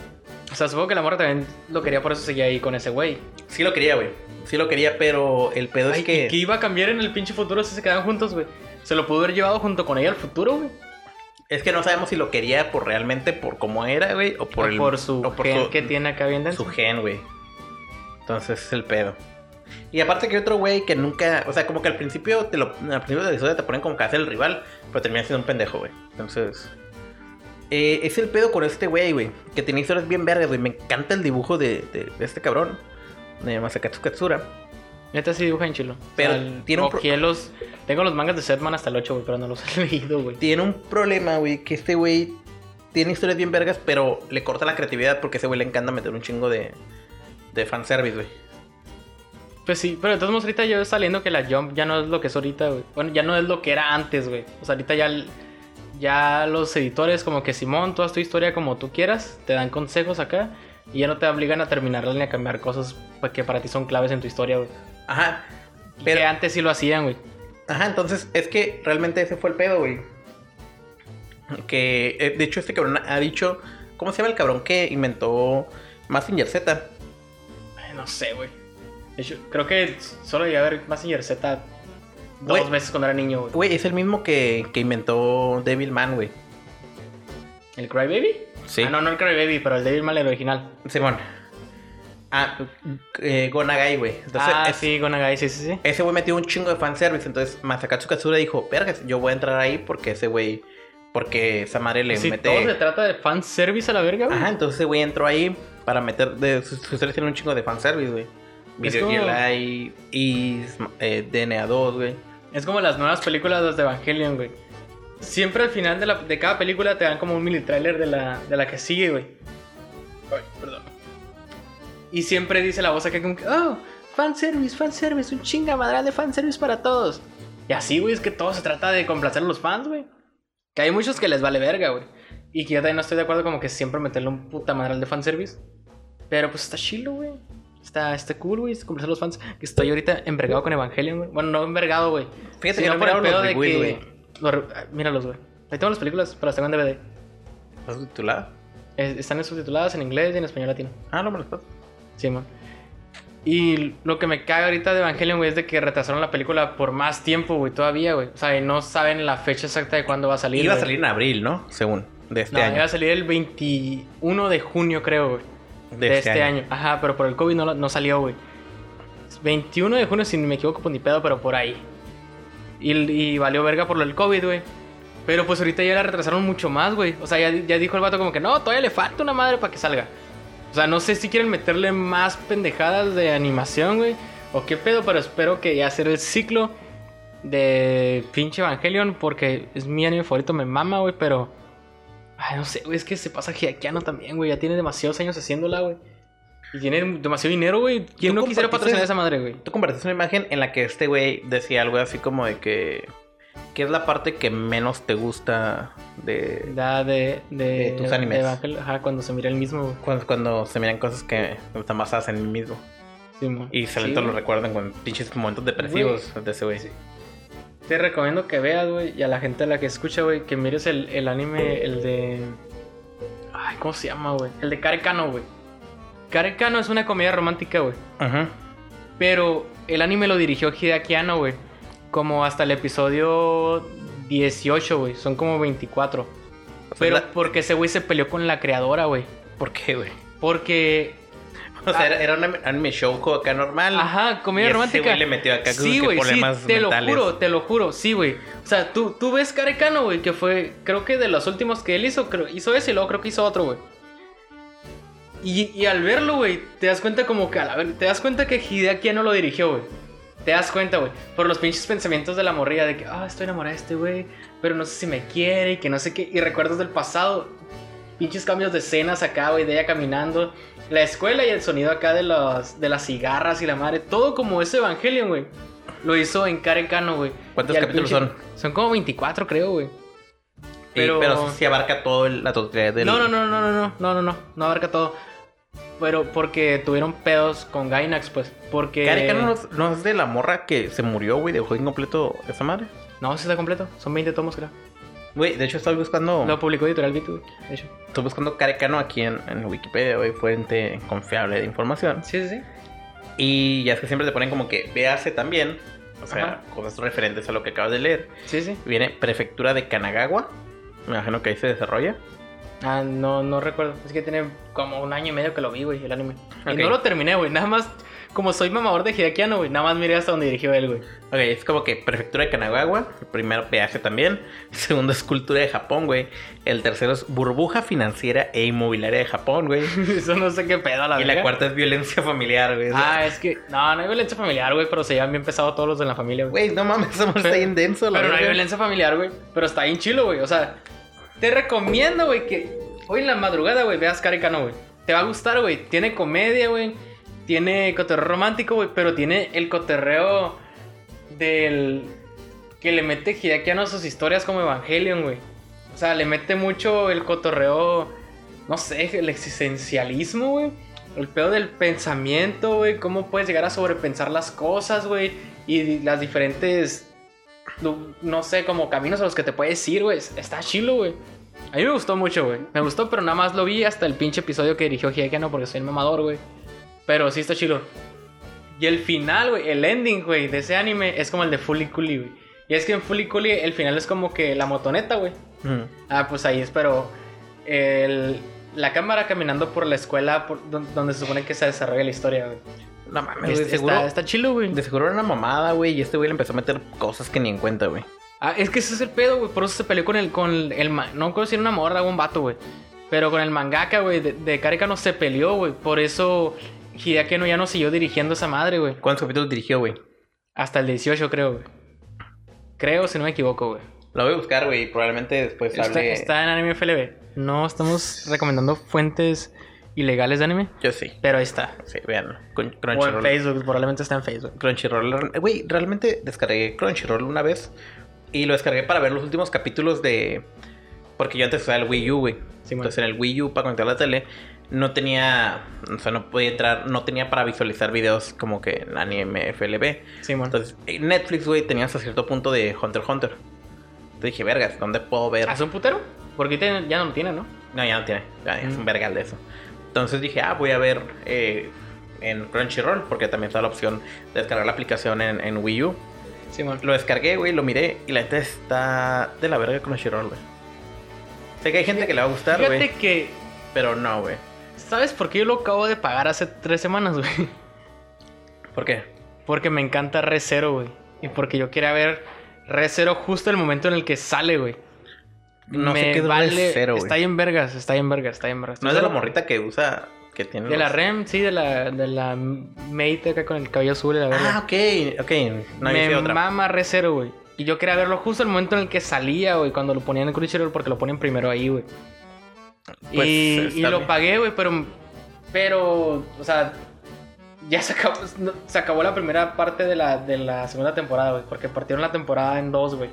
O sea, supongo que la morra también lo quería, por eso seguía ahí con ese güey.
Sí lo quería, güey. Sí lo quería, pero el pedo
Ay,
es que...
¿y ¿Qué iba a cambiar en el pinche futuro si se quedaban juntos, güey? Se lo pudo haber llevado junto con ella al futuro, güey.
Es que no sabemos si lo quería por realmente por cómo era, güey. O por
Por,
el...
su
o por
gen
su-
que tiene acá bien denso.
Su gen, güey. Entonces es el pedo. Y aparte que hay otro güey que nunca... O sea, como que al principio te lo... Al principio de la historia te ponen como que hace el rival. Pero termina siendo un pendejo, güey. Entonces... eh, es el pedo con este güey, güey. Que tiene historias bien vergas, güey. Me encanta el dibujo de, de- de este cabrón. De Masakatsu Katsura.
Neta sí dibuja en chilo.
Pero tiene un pro-
ojeé los... Tengo los mangas de Setman hasta el 8, güey, pero no los he leído, güey.
Tiene un problema, güey, que este güey tiene historias bien vergas, pero le corta la creatividad porque a ese güey le encanta meter un chingo de, de fanservice, güey.
Pues sí, pero de todos modos ahorita yo saliendo que la Jump ya no es lo que es ahorita, güey. Bueno, ya no es lo que era antes, güey. O sea, ahorita ya, l- ya los editores como que Simón, tú haz tu historia como tú quieras, te dan consejos acá y ya no te obligan a terminarla ni a cambiar cosas pues, que para ti son claves en tu historia, güey.
Ajá.
Y
Pero-
que antes sí lo hacían, güey.
Ajá, entonces es que realmente ese fue el pedo, güey. Que, eh, de hecho, este cabrón ha dicho... ¿Cómo se llama el cabrón que inventó Massinger Z?
Ay, No sé, güey. De hecho, creo que s- solo llegué a ver Massinger Z dos
Güey.
veces cuando era niño, güey.
Güey, es el mismo que, que inventó Devilman, güey.
¿El Crybaby?
Sí.
Ah, no, no el Crybaby, pero el Devilman el original.
Simón. Ah, eh, Gonagai, güey. Entonces,
ah,
es-
sí, Gonagai, sí, sí, sí.
Ese güey metió un chingo de fanservice, entonces Masakatsu Katsura dijo, vergas, yo voy a entrar ahí porque ese güey, porque esa madre le
Si todo se
mete...
trata de fanservice a la verga, güey.
Ajá, entonces ese güey entró ahí para meter, de, sus sus series tienen un chingo de fanservice, güey. Video
como-
Girl Eye, Is, eh, DNA 2, güey.
Es como las nuevas películas de los de Evangelion, güey. Siempre al final de, la- de cada película te dan como un mini trailer de la, de la que sigue, güey. Ay, perdón. Y siempre dice la voz acá como que, oh, fanservice, fanservice, un chingamadral de fanservice para todos. Y así, güey, es que todo se trata de complacer a los fans, güey. Que hay muchos que les vale verga, güey. Y que yo también no estoy de acuerdo como que siempre meterle un puta madral de fanservice. Pero pues está chilo, güey. Está, está cool, güey, complacer a los fans. Que estoy ahorita envergado con Evangelion, güey. Bueno, no envergado, güey.
Fíjate
Sí,
que
no
no
por el
pararon los
pedo de
rebuild, güey.
que- los re- ah, Míralos, güey. Ahí tengo las películas, pero las tengo en DVD.
¿Estás titulada?
Es- Están subtituladas en inglés y en español latino.
Ah, no me lo estás.
Sí, man. Y lo que me cae ahorita de Evangelion, güey, es de que retrasaron la película por más tiempo, güey, todavía, güey. O sea, y no saben la fecha exacta de cuándo va a salir.
Iba a
güey.
salir en abril, ¿no? Según, de este
No,
año.
iba a salir el 21 de junio, creo, güey.
de,
De, este, año. Ajá, pero por el COVID no, lo- no salió, güey. 21 de junio, si no me equivoco, por ni pedo, pero por ahí. Y, y valió verga por lo del COVID, güey. Pero pues ahorita ya la retrasaron mucho más, güey. O sea, ya, ya dijo el vato como que no, todavía le falta una madre para que salga. O sea, no sé si quieren meterle más pendejadas de animación, güey. O qué pedo, pero espero que ya sea el ciclo de pinche Evangelion. Porque es mi anime favorito, me mama, güey. Pero, ay, no sé, güey. Es que se pasa giaquiano también, güey. Ya tiene demasiados años haciéndola, güey. Y tiene demasiado dinero, güey. ¿Quién
¿Tú
no quisiera
compartiste-
patrocinar esa madre, güey?
Tú compartiste una imagen en la que este güey decía algo así como de que... ¿Qué es la parte que menos te gusta de
Da de, de,
De tus animes.
de Evangel- ajá, cuando se mira el mismo.
cuando, cuando se miran cosas que están basadas en mí mismo?
sí, mo.
Y se
Sí,
lo
güey.
recuerdan con pinches momentos depresivos de ese güey.
Te recomiendo que veas, güey, y a la gente a la que escucha, güey, que mires el, el anime, el de. Ay, ¿cómo se llama, güey? El de Carecano, güey. Carecano es una comedia romántica, güey.
Ajá.
Pero el anime lo dirigió Hideaki Anno, güey. Como hasta el episodio 18, güey. Son como 24. Pero
la-
porque ese güey se peleó con la creadora, güey.
¿Por qué, güey?
Porque.
O sea, era, era un anime show co- acá normal.
Ajá, comedia
Y ese
romántica.
güey le metió acá como
sí,
que
güey, sí,
problemas
te
mentales.
lo juro, te lo juro, sí, güey. O sea, tú, tú ves Carecano, güey, que fue, creo que de los últimos que él hizo, creo- hizo ese y luego creo que hizo otro, güey. Y, y al verlo, güey, te das cuenta como que, a la ver- te das cuenta que Hideaki no lo dirigió, güey. Te das cuenta, güey, por los pinches pensamientos de la morrilla de que, ah, estoy enamorada de este güey, pero no sé si me quiere y que no sé qué, y recuerdos del pasado, pinches cambios de escenas acá, güey, de ella caminando, la escuela y el sonido acá de, los, de las cigarras y la madre, todo como ese Evangelion, güey. Lo hizo en Carecano, güey.
¿Cuántos
Y al
capítulos son?
Son como 24, creo, güey.
Y-
pero-
pero... sí, sí abarca todo el- la totalidad del.
No, no, no, no, no, no, no, no, no, no abarca todo. Pero porque tuvieron pedos con Gainax, pues, porque...
Carica no, es- no es de la morra que se murió, güey, dejó incompleto esa madre.
No, sí está completo, son 20 tomos, creo.
Güey, de hecho estoy buscando.
Lo publicó Editorial Beat, güey, de hecho.
Estoy buscando Carecano aquí en, en Wikipedia, güey, fuente confiable de información.
Sí, sí, sí.
Y ya es que siempre te ponen como que véase también, o sea, cosas referentes a lo que acabas de leer.
Sí, sí.
Viene Prefectura de Kanagawa, me imagino que ahí se desarrolla.
Ah, no, no recuerdo. Es que tiene como un año y medio que lo vi, güey, el anime.
Ok.
Y no lo terminé, güey. Nada más, como soy mamador de Hideakiano, güey, nada más miré hasta donde dirigió él, güey.
Ok, es como que Prefectura de Kanagawa, el primero véase también. El segundo es Cultura de Japón, güey. El tercero es Burbuja Financiera e Inmobiliaria de Japón, güey.
Eso no sé qué pedo, a la
Y la
Ah, verga.
cuarta es Violencia Familiar, güey. O sea,
Ah, es que. No, no hay violencia familiar, güey, pero se llevan bien pesados todos los de la familia, güey.
Güey, no mames, somos
Pero-
bien denso, la
Pero no hay
verga.
violencia familiar, güey. Pero está bien chilo, güey. O sea, te recomiendo, güey, que hoy en la madrugada, güey, veas Caricano, güey. Te va a gustar, güey. Tiene comedia, güey. Tiene cotorreo romántico, güey. Pero tiene el cotorreo del. que le mete Hideakiano a sus historias como Evangelion, güey. O sea, le mete mucho el cotorreo. No sé, el existencialismo, güey. El pedo del pensamiento, güey. Cómo puedes llegar a sobrepensar las cosas, güey. Y las diferentes no, no sé, como caminos a los que te puedes ir, güey. Está chilo, güey. A mí me gustó mucho, güey. Me gustó, pero nada más lo vi hasta el pinche episodio que dirigió Hiekano porque soy el mamador, güey. Pero sí está chilo. Y el final, güey, el ending, güey, de ese anime es como el de Fully Coolie, güey. Y es que en Fully Coolie el final es como que la motoneta, güey.
Ujú.
Ah, pues ahí espero. El- la cámara caminando por la escuela por, don- donde se supone que se desarrolla la historia, güey.
No mames, güey,
Está-
seguro.
Está, está chilo, güey.
De seguro era una mamada, güey, y este güey le empezó a meter cosas que ni en cuenta, güey.
Ah, es que ese es el pedo, güey. Por eso se peleó con el. Con el, ma- no creo si era una morra o un vato, güey. Pero con el mangaka, güey, de, de Karikano se peleó, güey. Por eso Hideaki no ya no siguió dirigiendo esa madre, güey.
¿Cuántos capítulos dirigió, güey?
Hasta el 18, creo, güey. Creo, si no me equivoco, güey.
Lo voy a buscar, güey, y probablemente después
Está,
hable...
está en Anime FLB. No estamos recomendando fuentes ilegales de anime,
Yo sí.
pero ahí está.
Sí, vean.
O en
Crunchyroll.
Facebook, probablemente está en Facebook.
Crunchyroll. eh, Güey, realmente descargué Crunchyroll una vez. Y lo descargué para ver los últimos capítulos de... Porque yo antes usaba el Wii U, güey.
Sí, bueno.
Entonces en el Wii U, para conectar la tele, no tenía... O sea, no podía entrar... No tenía para visualizar videos como que en anime FLB.
Simón.
Entonces, eh, Netflix, güey, tenía hasta cierto punto de Hunter x Hunter. Entonces dije, vergas, ¿dónde puedo ver?
¿Hace un putero? Porque ahorita ya no lo tiene, ¿no?
No, ya no tiene. Ya, ya es
Mm.
un vergal de eso. Entonces dije, ah, voy a ver eh, en Crunchyroll, porque también está la opción de descargar la aplicación en, en Wii U.
Simón.
Lo descargué, güey, lo miré y la gente está de la verga Crunchyroll, güey. Sé que hay gente que le va a gustar,
Fíjate
güey,
que
pero no, güey.
¿Sabes por qué yo lo acabo de pagar hace tres semanas, güey?
¿Por qué?
Porque me encanta Re Zero, güey. Y porque yo quería ver Re Zero justo el momento en el que sale, güey.
No sé qué es Re Zero, güey.
Está ahí en vergas, está ahí en vergas, está ahí en vergas.
No es de la morrita que usa, que tiene...
De la
los-
REM, sí, de la, de la Mate acá con el cabello azul y la verga.
Ah, ok, ok. No
me
había otra.
mama Re Zero, güey. Y yo quería verlo justo el momento en el que salía, güey. Cuando lo ponían en Crunchyroll porque lo ponían primero ahí, güey.
Pues,
y,
está
y lo
bien.
pagué, güey, pero. Pero, o sea. Ya se acabó, no, se acabó la primera parte de la, de la segunda temporada, güey. Porque partieron la temporada en dos, güey.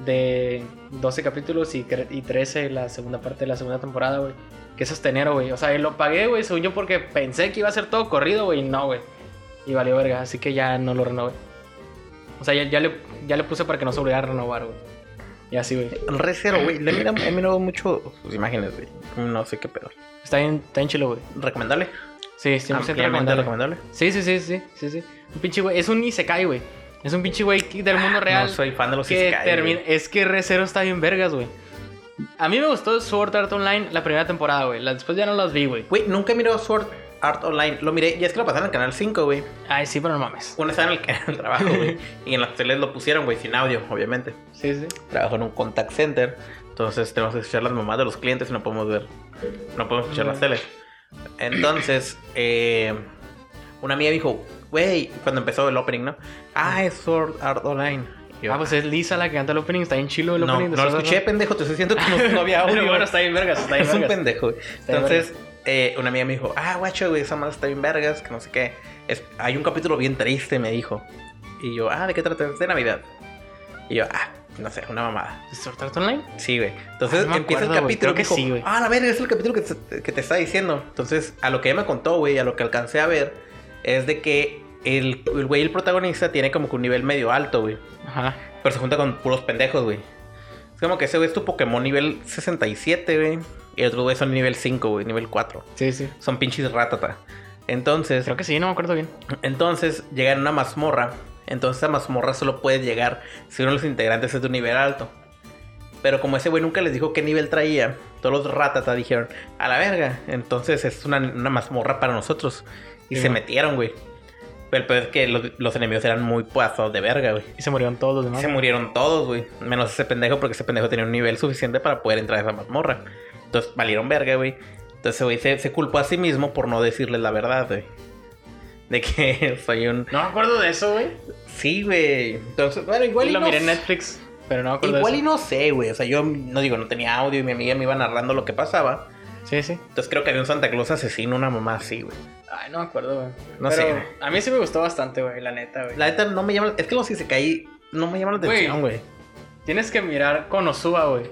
de 12 capítulos y, cre- y 13 la segunda parte de la segunda temporada, güey. Que eso es enero, güey. O sea, lo pagué, güey, según yo, porque pensé que iba a ser todo corrido, güey, y no, güey. Y valió verga, así que ya no lo renové. O sea, ya, ya le, ya le puse para que no se obligara a renovar, güey. Y así, güey.
Re cero, güey. Le mira- he mirado mucho sus imágenes, güey. No sé qué pedo.
Está bien, está bien chilo, güey.
¿Recomendable?
Ah, Sí, 100%
Ampliamente
recomendable.
recomendable.
Sí, sí, sí, sí, sí, sí. Un pinche güey. Es un Isekai, güey. Es un pinche güey del mundo real.
No soy fan de los
que
isekai,
termina-
güey.
Es que Recero está bien vergas, güey. A mí me gustó Sword Art Online la primera temporada, güey. La- Después ya no las vi, güey.
Güey, nunca he mirado Sword Art Online. Lo miré, ya es que lo pasaron en el canal 5, güey.
Ay, sí, pero no mames.
Una estaba en el, en el trabajo, güey. y en las teles lo pusieron, güey, sin audio, obviamente.
Sí, sí.
Trabajo en un contact center. Entonces tenemos que escuchar las mamás de los clientes y no podemos ver. No podemos escuchar las teles. Entonces, eh, una amiga dijo, güey, cuando empezó el opening, ¿no? Ah, es Sword Art Online. Y yo,
Ah, pues es Lisa la que canta el opening. Está bien chilo el
no,
opening. de
no lo
Sword Art
escuché, pendejo. Te estoy diciendo que no, no
Online.
había audio.
Pero bueno, está bien vergas, está bien
es un
vergas.
pendejo. güey.
bien
Entonces, eh, una amiga me dijo, ah, guacho, güey, esa madre está bien vergas, que no sé qué. Es- hay un capítulo bien triste, me dijo. Y yo, ah, ¿de qué trata? Es de Navidad. Y yo, ah, no sé, una mamada.
¿Sword Art Online?
Sí, güey. Entonces
Ah, no me
empieza el
acuerdo, güey. Creo
capítulo.
que
dijo,
sí, güey.
Ah, la verga, es el capítulo que te, que te está diciendo. Entonces, a lo que ella me contó, güey, a lo que alcancé a ver, es de que el el güey, el, protagonista, tiene como que un nivel medio alto, güey.
Ajá.
Pero se junta con puros pendejos, güey. Es como que ese güey es tu Pokémon nivel 67, güey. Y el otro güey son nivel 5, güey, nivel 4.
Sí, sí.
Son pinches ratata. Entonces,
Pues Creo que sí, no me acuerdo bien.
entonces llegan a una mazmorra. Entonces esa mazmorra solo puede llegar si uno de los integrantes es de un nivel alto. Pero como ese güey nunca les dijo qué nivel traía, todos los ratata dijeron, a la verga, entonces es una, una mazmorra para nosotros. Y
Sí,
se
ma.
metieron, güey. Pero el peor es que los, los enemigos eran muy pasados de verga, güey.
Y se murieron todos los demás.
Se murieron todos, güey. Menos ese pendejo, porque ese pendejo tenía un nivel suficiente para poder entrar a esa mazmorra. Entonces valieron verga, güey. Entonces, güey, se, se culpó a sí mismo por no decirles la verdad, güey. De que soy un.
No me acuerdo de eso, güey.
Sí, güey. Entonces, bueno,
Igual
igual y,
lo
no...
miré en Netflix, pero no me acuerdo
Igual
de
y
eso.
no sé, güey. O sea, yo no digo, no tenía audio y mi amiga me iba narrando lo que pasaba.
Sí, sí.
Entonces creo que había un Santa Claus asesino, una mamá así, güey.
Ay, no me acuerdo, güey.
No
Pero
sé.
A mí sí me gustó bastante, güey, la neta, güey.
La neta no me llama. Es que los si se caí. No me llama la
Güey.
atención, güey.
Tienes que mirar Konosuba, güey.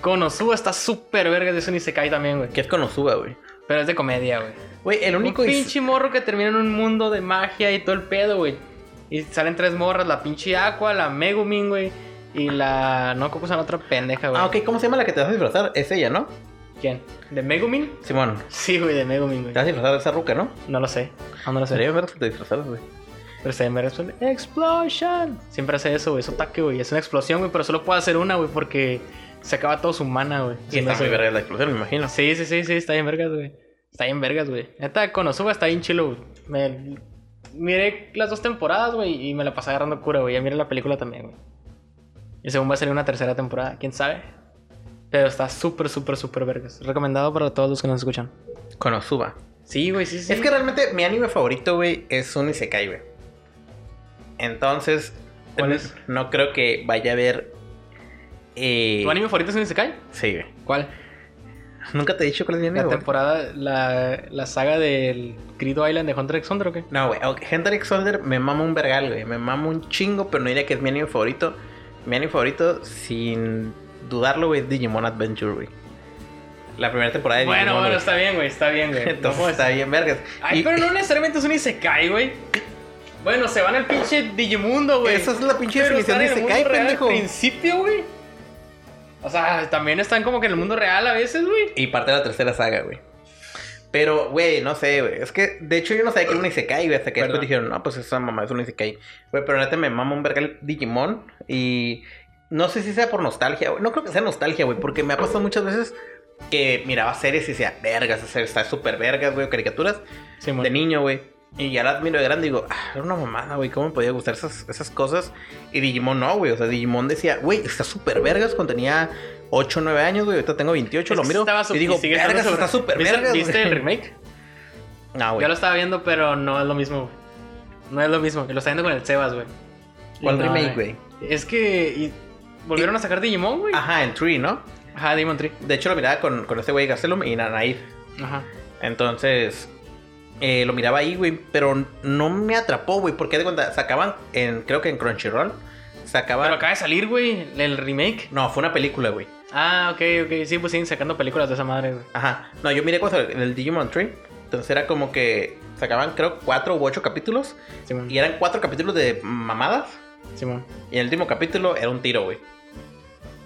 Konosuba está súper verga de eso ni se cae también, güey.
Que es Konosuba, güey.
Pero es de comedia, güey.
Güey, el único.
Un
is-
pinche morro que termina en un mundo de magia y todo el pedo, güey. Y salen tres morras, la pinche Aqua, la Megumin, güey. Y la... No, ¿cómo se llama la otra pendeja, güey?
Ah, ok, ¿cómo se llama la que te vas a disfrazar? Es ella, ¿no?
¿Quién? ¿De Megumin?
Simón,
Sí, güey, de Megumin, güey.
te vas a disfrazar de esa ruca, ¿no?
No lo sé. No, no lo sé.
Sería ver si te disfrazaras, güey.
Pero se me responde, ¡Explosion! Siempre hace eso, güey. Es ataque, güey. Es una explosión, güey. Pero solo puede hacer una, güey. Porque se acaba todo su mana, güey.
Y
Se me
está
hace-
muy verga la explosión, me imagino.
Sí, sí, sí, sí. Está bien vergas, güey. Está bien vergas, güey. Neta, Konosuba está bien chilo, güey. Me... Miré las dos temporadas, güey. Y me la pasé agarrando cura, güey. Ya miré la película también, güey. Y según va a salir una tercera temporada. ¿Quién sabe? Pero está súper, súper, súper vergas. Recomendado para todos los que nos escuchan.
Konosuba.
Sí, güey, sí, sí.
Es que realmente mi anime favorito, güey, es un Isekai, güey. Entonces,
¿Cuál es?
no creo que vaya a haber. eh,
¿Tu anime favorito es Isekai?
Sí, güey.
¿Cuál?
Nunca te he dicho cuál es mi anime.
La
güey?
temporada, la, la saga del Creed Island de Hunter x Hunter o qué?
No, güey. ok, Hunter x Hunter me mama un vergal, güey. Me mama un chingo, pero no diría que es mi anime favorito. Mi anime favorito, sin dudarlo, güey, es Digimon Adventure, güey. La primera temporada de Digimon.
Bueno, bueno,
güey.
está bien, güey, está bien, güey. No
Entonces
puedo
está
decir-
bien, vergas.
Ay,
Y
pero no necesariamente es un Isekai, güey. Bueno, se van al pinche Digimundo, güey.
Esa es la pinche
Pero están
definición de
en el
Isekai,
mundo real
pendejo.
al principio, güey. O sea, también están como que en el mundo real a veces, güey.
Y parte de la tercera saga, güey. Pero, güey, no sé, güey. Es que, de hecho, yo no sabía que era un Isekai, güey. Hasta que después
Perdón.
dijeron, no, pues esa mamá es un Isekai. Güey, pero neta me mama un verga el Digimon. Y no sé si sea por nostalgia, güey. No creo que sea nostalgia, güey. Porque me ha pasado muchas veces que miraba series y decía, vergas, esa serie está súper vergas, güey. o Caricaturas
Sí,
de niño, güey. Y ya las miro de grande y digo, ah, era una mamada, güey. ¿Cómo me podía gustar esas, esas cosas? Y Digimon no, güey. O sea, Digimon decía, güey, está súper vergas cuando tenía 8, 9 años, güey. Ahorita tengo 28, lo miro. y digo, vergas, está súper vergas.
¿Viste
güey".
el remake?
No,
Yo
güey.
lo estaba viendo, pero no es lo mismo, güey. No es lo mismo. Lo está viendo con el Sebas, güey.
¿Cuál
No,
remake, güey? Ah.
Es que y- volvieron a sacar Digimon, güey.
Ajá, el Tree, ¿no?
Ajá, Demon Tree.
De hecho, lo miraba con, con este güey Gastelum y Nanaid.
Ajá.
Entonces, eh, lo miraba ahí, güey, pero no me atrapó, güey, porque haz de cuenta, sacaban, en, creo que en Crunchyroll, Se acaba.
Pero acaba de salir, güey, el remake.
No, fue una película, güey.
Ah, ok, ok. Sí, pues siguen sacando películas de esa madre, güey.
Ajá. No, yo miré cosas en el Digimon Tree. Entonces era como que sacaban, creo, cuatro u ocho capítulos.
Simón.
Y eran cuatro capítulos de mamadas.
Simón.
Y el último capítulo era un tiro, güey.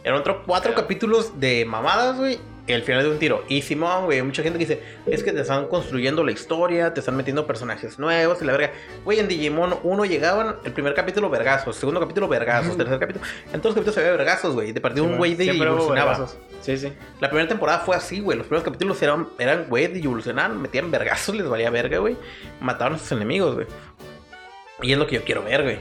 Eran otros cuatro
Claro.
capítulos de mamadas, güey. Y el final de un tiro. Y Simón, güey, mucha gente que dice, es que te están construyendo la historia, te están metiendo personajes nuevos y la verga. Güey, en Digimon 1 llegaban el primer capítulo vergazos, segundo capítulo vergazos,
Ujú.
tercer capítulo. En todos los capítulos se veía vergazos, güey. De partido
Simón.
un güey de
Siempre hubo
evolucionaba.
vergazos. Sí, sí.
La primera temporada fue así, güey. Los primeros capítulos eran, eran güey, de evolucionar, metían vergazos, les valía verga, güey. Mataban a sus enemigos, güey. Y es lo que yo quiero ver, güey.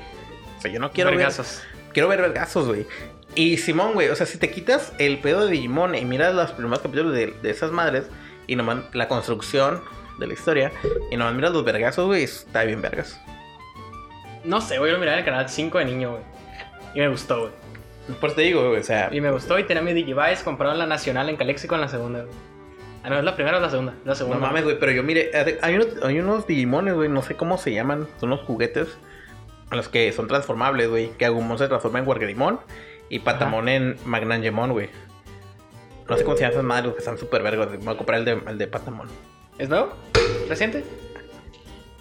O sea, yo no quiero ver
vergazos.
quiero ver vergazos, güey. Y Simón, güey, o sea, si te quitas el pedo de Digimon y miras los primeros capítulos de, de esas madres y nomás la construcción de la historia y nomás miras los vergazos, güey, está bien vergas.
No sé, güey, lo miraba en el canal 5 de niño, güey. Y me gustó, güey.
Por eso te digo, güey, o sea,
Y me gustó y tenía mi Digivice comprado en la nacional en Calexico en la segunda, güey. Ah, no, es la primera o la segunda. La segunda.
no mames, güey, pero yo mire, hay unos, hay unos Digimones, güey, no sé cómo se llaman, son unos juguetes a los que son transformables, güey, que Agumon se transforma en Wargreymon y Patamon en Magnangemon, güey. No sé cómo se llaman esas madres, que están súper vergas, güey. voy a comprar el de, el de Patamon.
¿Es nuevo? ¿Reciente?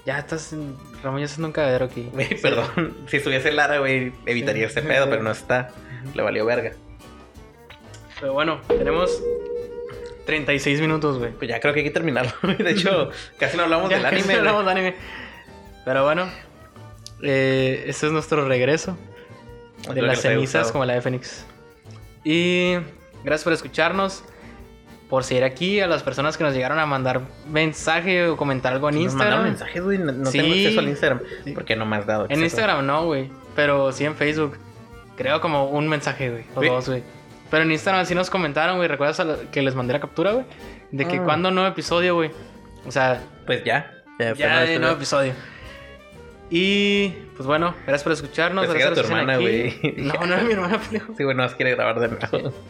Ya estás. en- Ramón, ya estás en un cagadero aquí.
Güey, perdón. Si estuviese Lara, güey, evitaría
Sí,
ese
sí,
pedo,
sí.
pero no está. Le valió verga.
Pero bueno, tenemos 36 minutos, güey.
Pues ya creo que hay que terminarlo. güey. De hecho, casi no hablamos
Ya
del
casi
anime. güey.
hablamos de anime. Pero bueno, eh, este es nuestro regreso
Espero
de
que
las
les haya
cenizas
gustado.
como la de Fénix. Y gracias por escucharnos, por seguir aquí, a las personas que nos llegaron a mandar mensaje o comentar algo en
Nos mandaron
Instagram.
mensajes, güey. No, no
Sí.
tengo acceso al Instagram.
Sí.
Porque no me has dado
En
acceso.
Instagram no, güey. Pero sí en Facebook. Creo como un mensaje, güey. O
Sí.
dos, güey. Pero en Instagram sí nos comentaron, güey. ¿Recuerdas a la- que les mandé la captura, güey? De que
Ah.
cuando nuevo episodio, güey. O sea,
Pues ya. Ya, fue
ya
nada,
hay
fue
nuevo
nada.
episodio. Y pues bueno, gracias por escucharnos.
Pensé que
gracias
era
por
tu
estar
hermana,
aquí.
güey.
No, no era mi hermana, pendejo.
Sí, güey, no más quiere grabar de nuevo.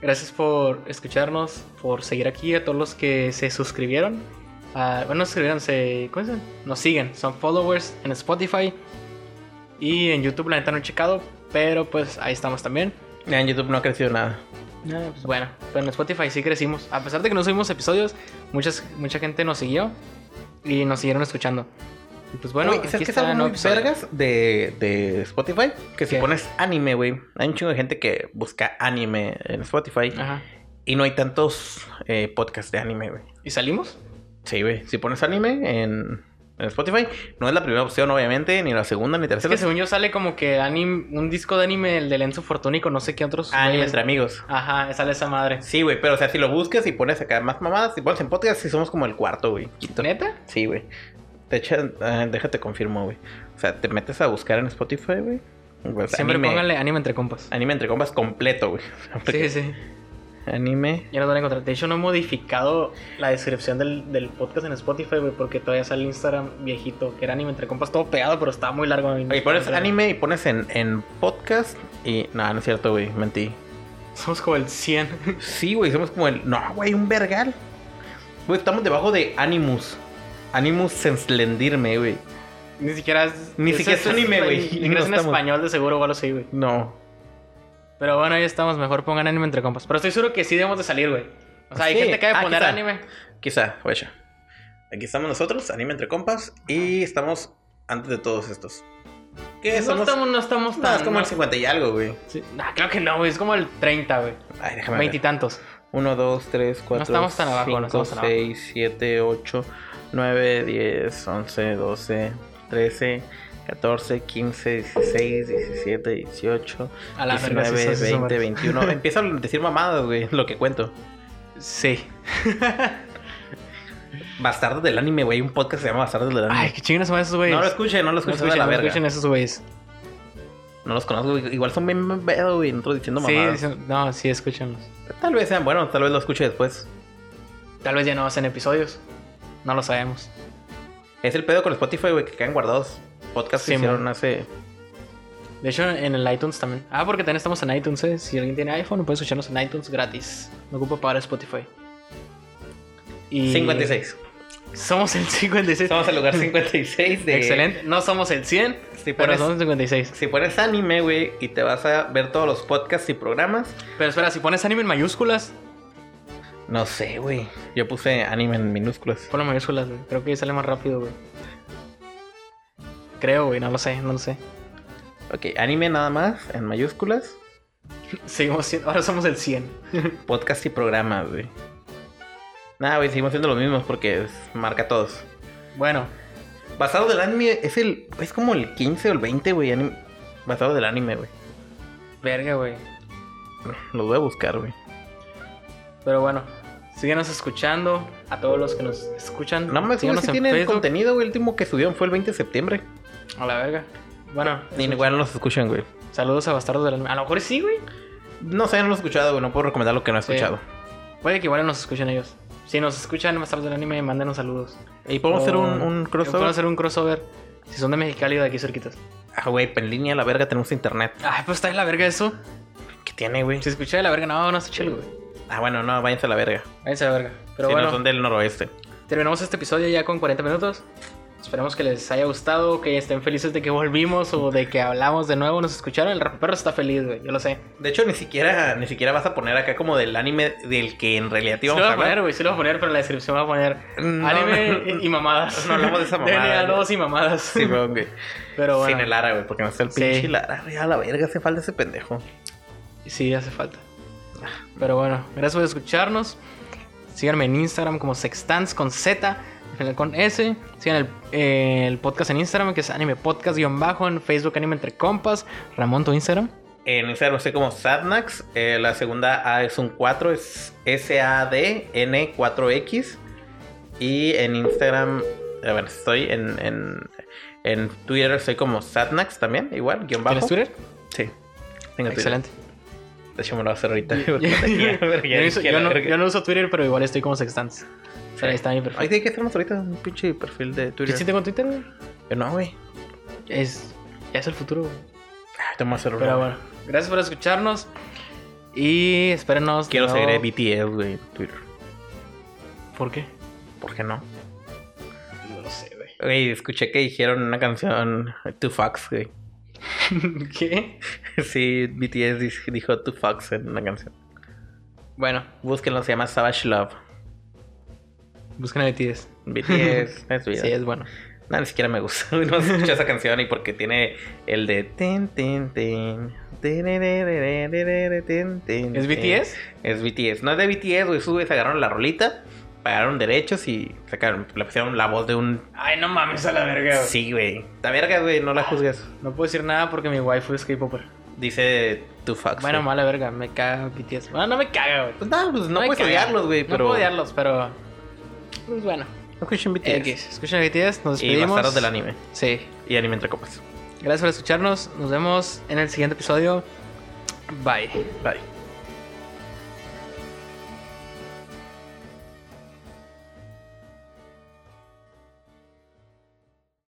Gracias por escucharnos, por seguir aquí, a todos los que se suscribieron. Ah, bueno, no se suscribieron, se, ¿cómo se dice? Nos siguen, son followers en Spotify y en YouTube, la neta no he checado, pero pues ahí estamos también.
Ya, en YouTube no ha crecido nada.
Ah, pues bueno, pero en Spotify sí crecimos. A pesar de que no subimos episodios, muchas, mucha gente nos siguió y nos siguieron escuchando. Y pues bueno,
Güey, ¿sabes
aquí
qué es
está
algo
el
muy
nuevo episodio.
vergas de, de Spotify? Que si
¿Qué?
pones anime, güey. Hay un chingo de gente que busca anime en Spotify.
Ajá.
Y no hay tantos eh, podcasts de anime, güey.
¿Y salimos?
Sí, güey. Si pones anime en, en Spotify, no es la primera opción, obviamente, ni la segunda, ni
Es
tercera.
que según yo sale como que anime, un disco de anime, el de Lenzo Fortúnico, no sé qué otros.
anime
güeyes.
entre amigos.
Ajá, sale esa madre.
Sí, güey, pero o sea, si lo buscas y pones acá más mamadas, si pones en podcast, sí somos como el cuarto, güey.
¿Neta?
Sí, güey. Te echan, ah, déjate confirmo, güey. O sea, te metes a buscar en Spotify, güey. Pues,
Siempre
anime,
pónganle anime entre compas.
Anime entre compas completo, güey.
Sí, sí.
Anime.
Ya nos van a encontrar. De hecho, no he modificado la descripción del, del podcast en Spotify, güey, porque todavía sale Instagram viejito, que era anime entre compas, todo pegado, pero estaba muy largo.
Oye, pones anime y pones en, en podcast y... No, no es cierto, güey. Mentí.
Somos como el 100.
Sí, güey, somos como el. No, güey, un vergal. Güey, estamos debajo de Animus. Animus Senslendirme, güey.
Ni siquiera es.
Ni siquiera es anime, güey.
Ni siquiera
No
es en
estamos.
español, de seguro, o algo así, güey.
No.
Pero bueno, ahí estamos. Mejor pongan anime entre compas. Pero estoy seguro que sí debemos de salir, güey. O sea, hay
Sí.
gente que
Ah,
debe poner
quizá.
anime.
Quizá, güey. ya. Aquí estamos nosotros, Anime Entre Compas. Y estamos antes de todos estos. ¿Qué
No
somos?
estamos, no estamos
No,
tan.
es como el
no.
50 y algo, güey.
Sí. Ah, claro que no, güey. Es como el 30, güey.
Ay, déjame ver.
Veintitantos.
1, 2, 3, 4,
estamos tan abajo, no
5,
estamos tan abajo.
6, 7, 8, 9, 10, 11, 12, 13, 14, 15, 16, 17, 18,
A la verga, sí,
19,
sí, sí,
20,
sí.
21. Empieza a decir mamadas, güey, lo que cuento.
Sí.
Bastardos del anime, güey. Un podcast se llama Bastardos del anime.
Ay, qué chingones son esos, güeyes.
no lo escuchen, no lo
No
escuchen,
escuchen,
a la
no
verga.
escuchen esos güeyes.
No los conozco, güey. igual son bien pedo, güey. Nosotros diciendo
sí,
mamadas.
dicen- no, sí, escúchenlos.
Tal vez sean buenos, tal vez lo escuche después.
Tal vez ya no hacen episodios. No lo sabemos.
Es el pedo con Spotify, güey, que quedan guardados. Podcasts que
Sí,
hicieron
man.
hace.
De hecho, en el iTunes también. Ah, porque también estamos en iTunes, ¿eh? Si alguien tiene iPhone, puede escucharnos en iTunes gratis. No ocupa pagar Spotify. Y...
56.
Somos el 56.
Estamos al lugar 56 de...
Excelente. No somos el 100,
Si
pero
pones,
somos el 56.
si pones anime, güey, y te vas a ver todos los podcasts y programas,
Pero espera, si pones anime en mayúsculas,
no sé, güey. Yo puse anime en minúsculas.
ponlo en mayúsculas, güey. Creo que sale más rápido, güey. Creo, güey, no lo sé, no lo sé.
Ok, anime nada más, en mayúsculas,
Seguimos siendo, ahora somos el 100.
podcast y programas, güey. Nada, güey, seguimos siendo los mismos porque es- marca todos.
Bueno,
Basado del anime es el es como el 15 o el 20, güey, anime- basado del anime, güey.
verga, güey.
Lo voy a buscar, güey.
Pero bueno, síguenos escuchando. A todos los que nos escuchan,
Nada más, güey,
síganos
si
en
tienen
Facebook.
contenido, güey. El último que subieron fue el 20 de septiembre.
A la verga. Bueno,
Ni
escucha-
igual no los escuchan, güey.
saludos a Bastardos del Alma. A lo mejor sí, güey.
No sé, no lo he escuchado, güey. No puedo recomendar lo que no he
Sí.
escuchado.
Puede que igual nos escuchen ellos. Si nos escuchan Bastardos del Anime, mándenos saludos.
Y podemos
O-
hacer un, un crossover.
Ah, Podemos Oh, hacer un crossover. Si son de Mexicali o de aquí cerquitas.
Ah, güey, en línea, la verga, tenemos internet.
Ay, pues está de la verga eso.
¿Qué tiene, güey?
Si escuché de la verga, no, no escuché el güey.
Ah, bueno, no, váyanse a la verga.
Váyanse a la verga. Pero
si
bueno,
no son del noroeste.
terminamos este episodio ya con 40 minutos. Esperemos que les haya gustado, que estén felices de que volvimos o de que hablamos de nuevo. Nos escucharon. El raperro está feliz, güey. Yo lo sé.
De hecho, ni siquiera, ni siquiera vas a poner acá como del anime del que en realidad
Sí lo
íbamos
voy
a
a poner,
hablar.
güey. Sí lo voy a poner, pero en la descripción voy a poner
No,
anime
no, no.
y mamadas.
No hablamos de esa mamada,
DNA
güey.
2 y mamadas.
Sí, güey, güey.
pero bueno.
Sin el árabe, porque no está el
Sí.
pinche Lara, güey. A la verga, hace falta ese pendejo.
Sí, hace falta. Pero bueno, gracias por escucharnos. Síganme en Instagram como Sextans con Z, al final con S. Sigan el, eh, el podcast en Instagram, que es anime podcast-bajo, en Facebook anime entre compas. Ramón, tu Instagram.
En Instagram estoy como Sadnax. eh, la segunda A es un 4, es S-A-D-N-4X. Y en Instagram, eh, bueno, estoy en, en, en Twitter, estoy como Sadnax también, igual, guión bajo.
¿Tienes Twitter?
Sí. Tengo Excelente.
Excelente.
Twitter. De hecho, me lo voy a hacer ahorita.
Yo,
porque ya,
yo
verga, ya
no uso-
dije
yo
la
no,
verga.
yo no uso Twitter, pero igual estoy como Sextans. O sea, ahí está mi
Ay,
perfil.
tiene que hacernos ahorita un pinche perfil de
¿Yo
Twitter.
sí tengo Twitter, güey?
Yo no, güey.
Es, ya es el futuro, güey.
Ay, tengo que hacer uno,
Pero
güey.
bueno, gracias por escucharnos. Y espérenos. de
Quiero
nuevo.
seguir a BTS, güey, en Twitter.
¿Por qué?
¿Por qué no?
No lo sé, güey.
Güey, escuché que dijeron una canción, Two Fucks, güey.
¿Qué?
Sí, BTS dis- dijo Two Fucks en una canción.
Bueno,
Búsquenlo, se llama Savage Love.
busquen a BTS.
BTS, es vida.
Sí, es bueno.
No, ni siquiera me gusta. No escuché esa canción y porque tiene el de. Tin, tin, tin. Terererererere, tin, tin,
¿Es
tin.
BTS?
Es BTS. No es de BTS, güey. Esos güeyes agarraron la rolita, pagaron derechos y sacaron, le pusieron la voz de un.
Ay, no mames a la verga. güey.
Sí, güey. La verga, güey, no la juzgues.
No puedo decir nada porque mi waifu es K-Popper.
Dice Two Fucks.
Bueno,
güey.
mala verga, me caga BTS. Bueno, no me caga, güey.
Pues nada, pues no
me
puedes
caga.
odiarlos, güey, pero.
No puedo odiarlos, pero. Pues bueno.
No escuchen BTS.
X. Escuchen a BTS, nos
Y
despedimos.
bastardos del anime.
Sí.
Y anime entre copas.
Gracias por escucharnos. Nos vemos en el siguiente episodio. Bye.
Bye.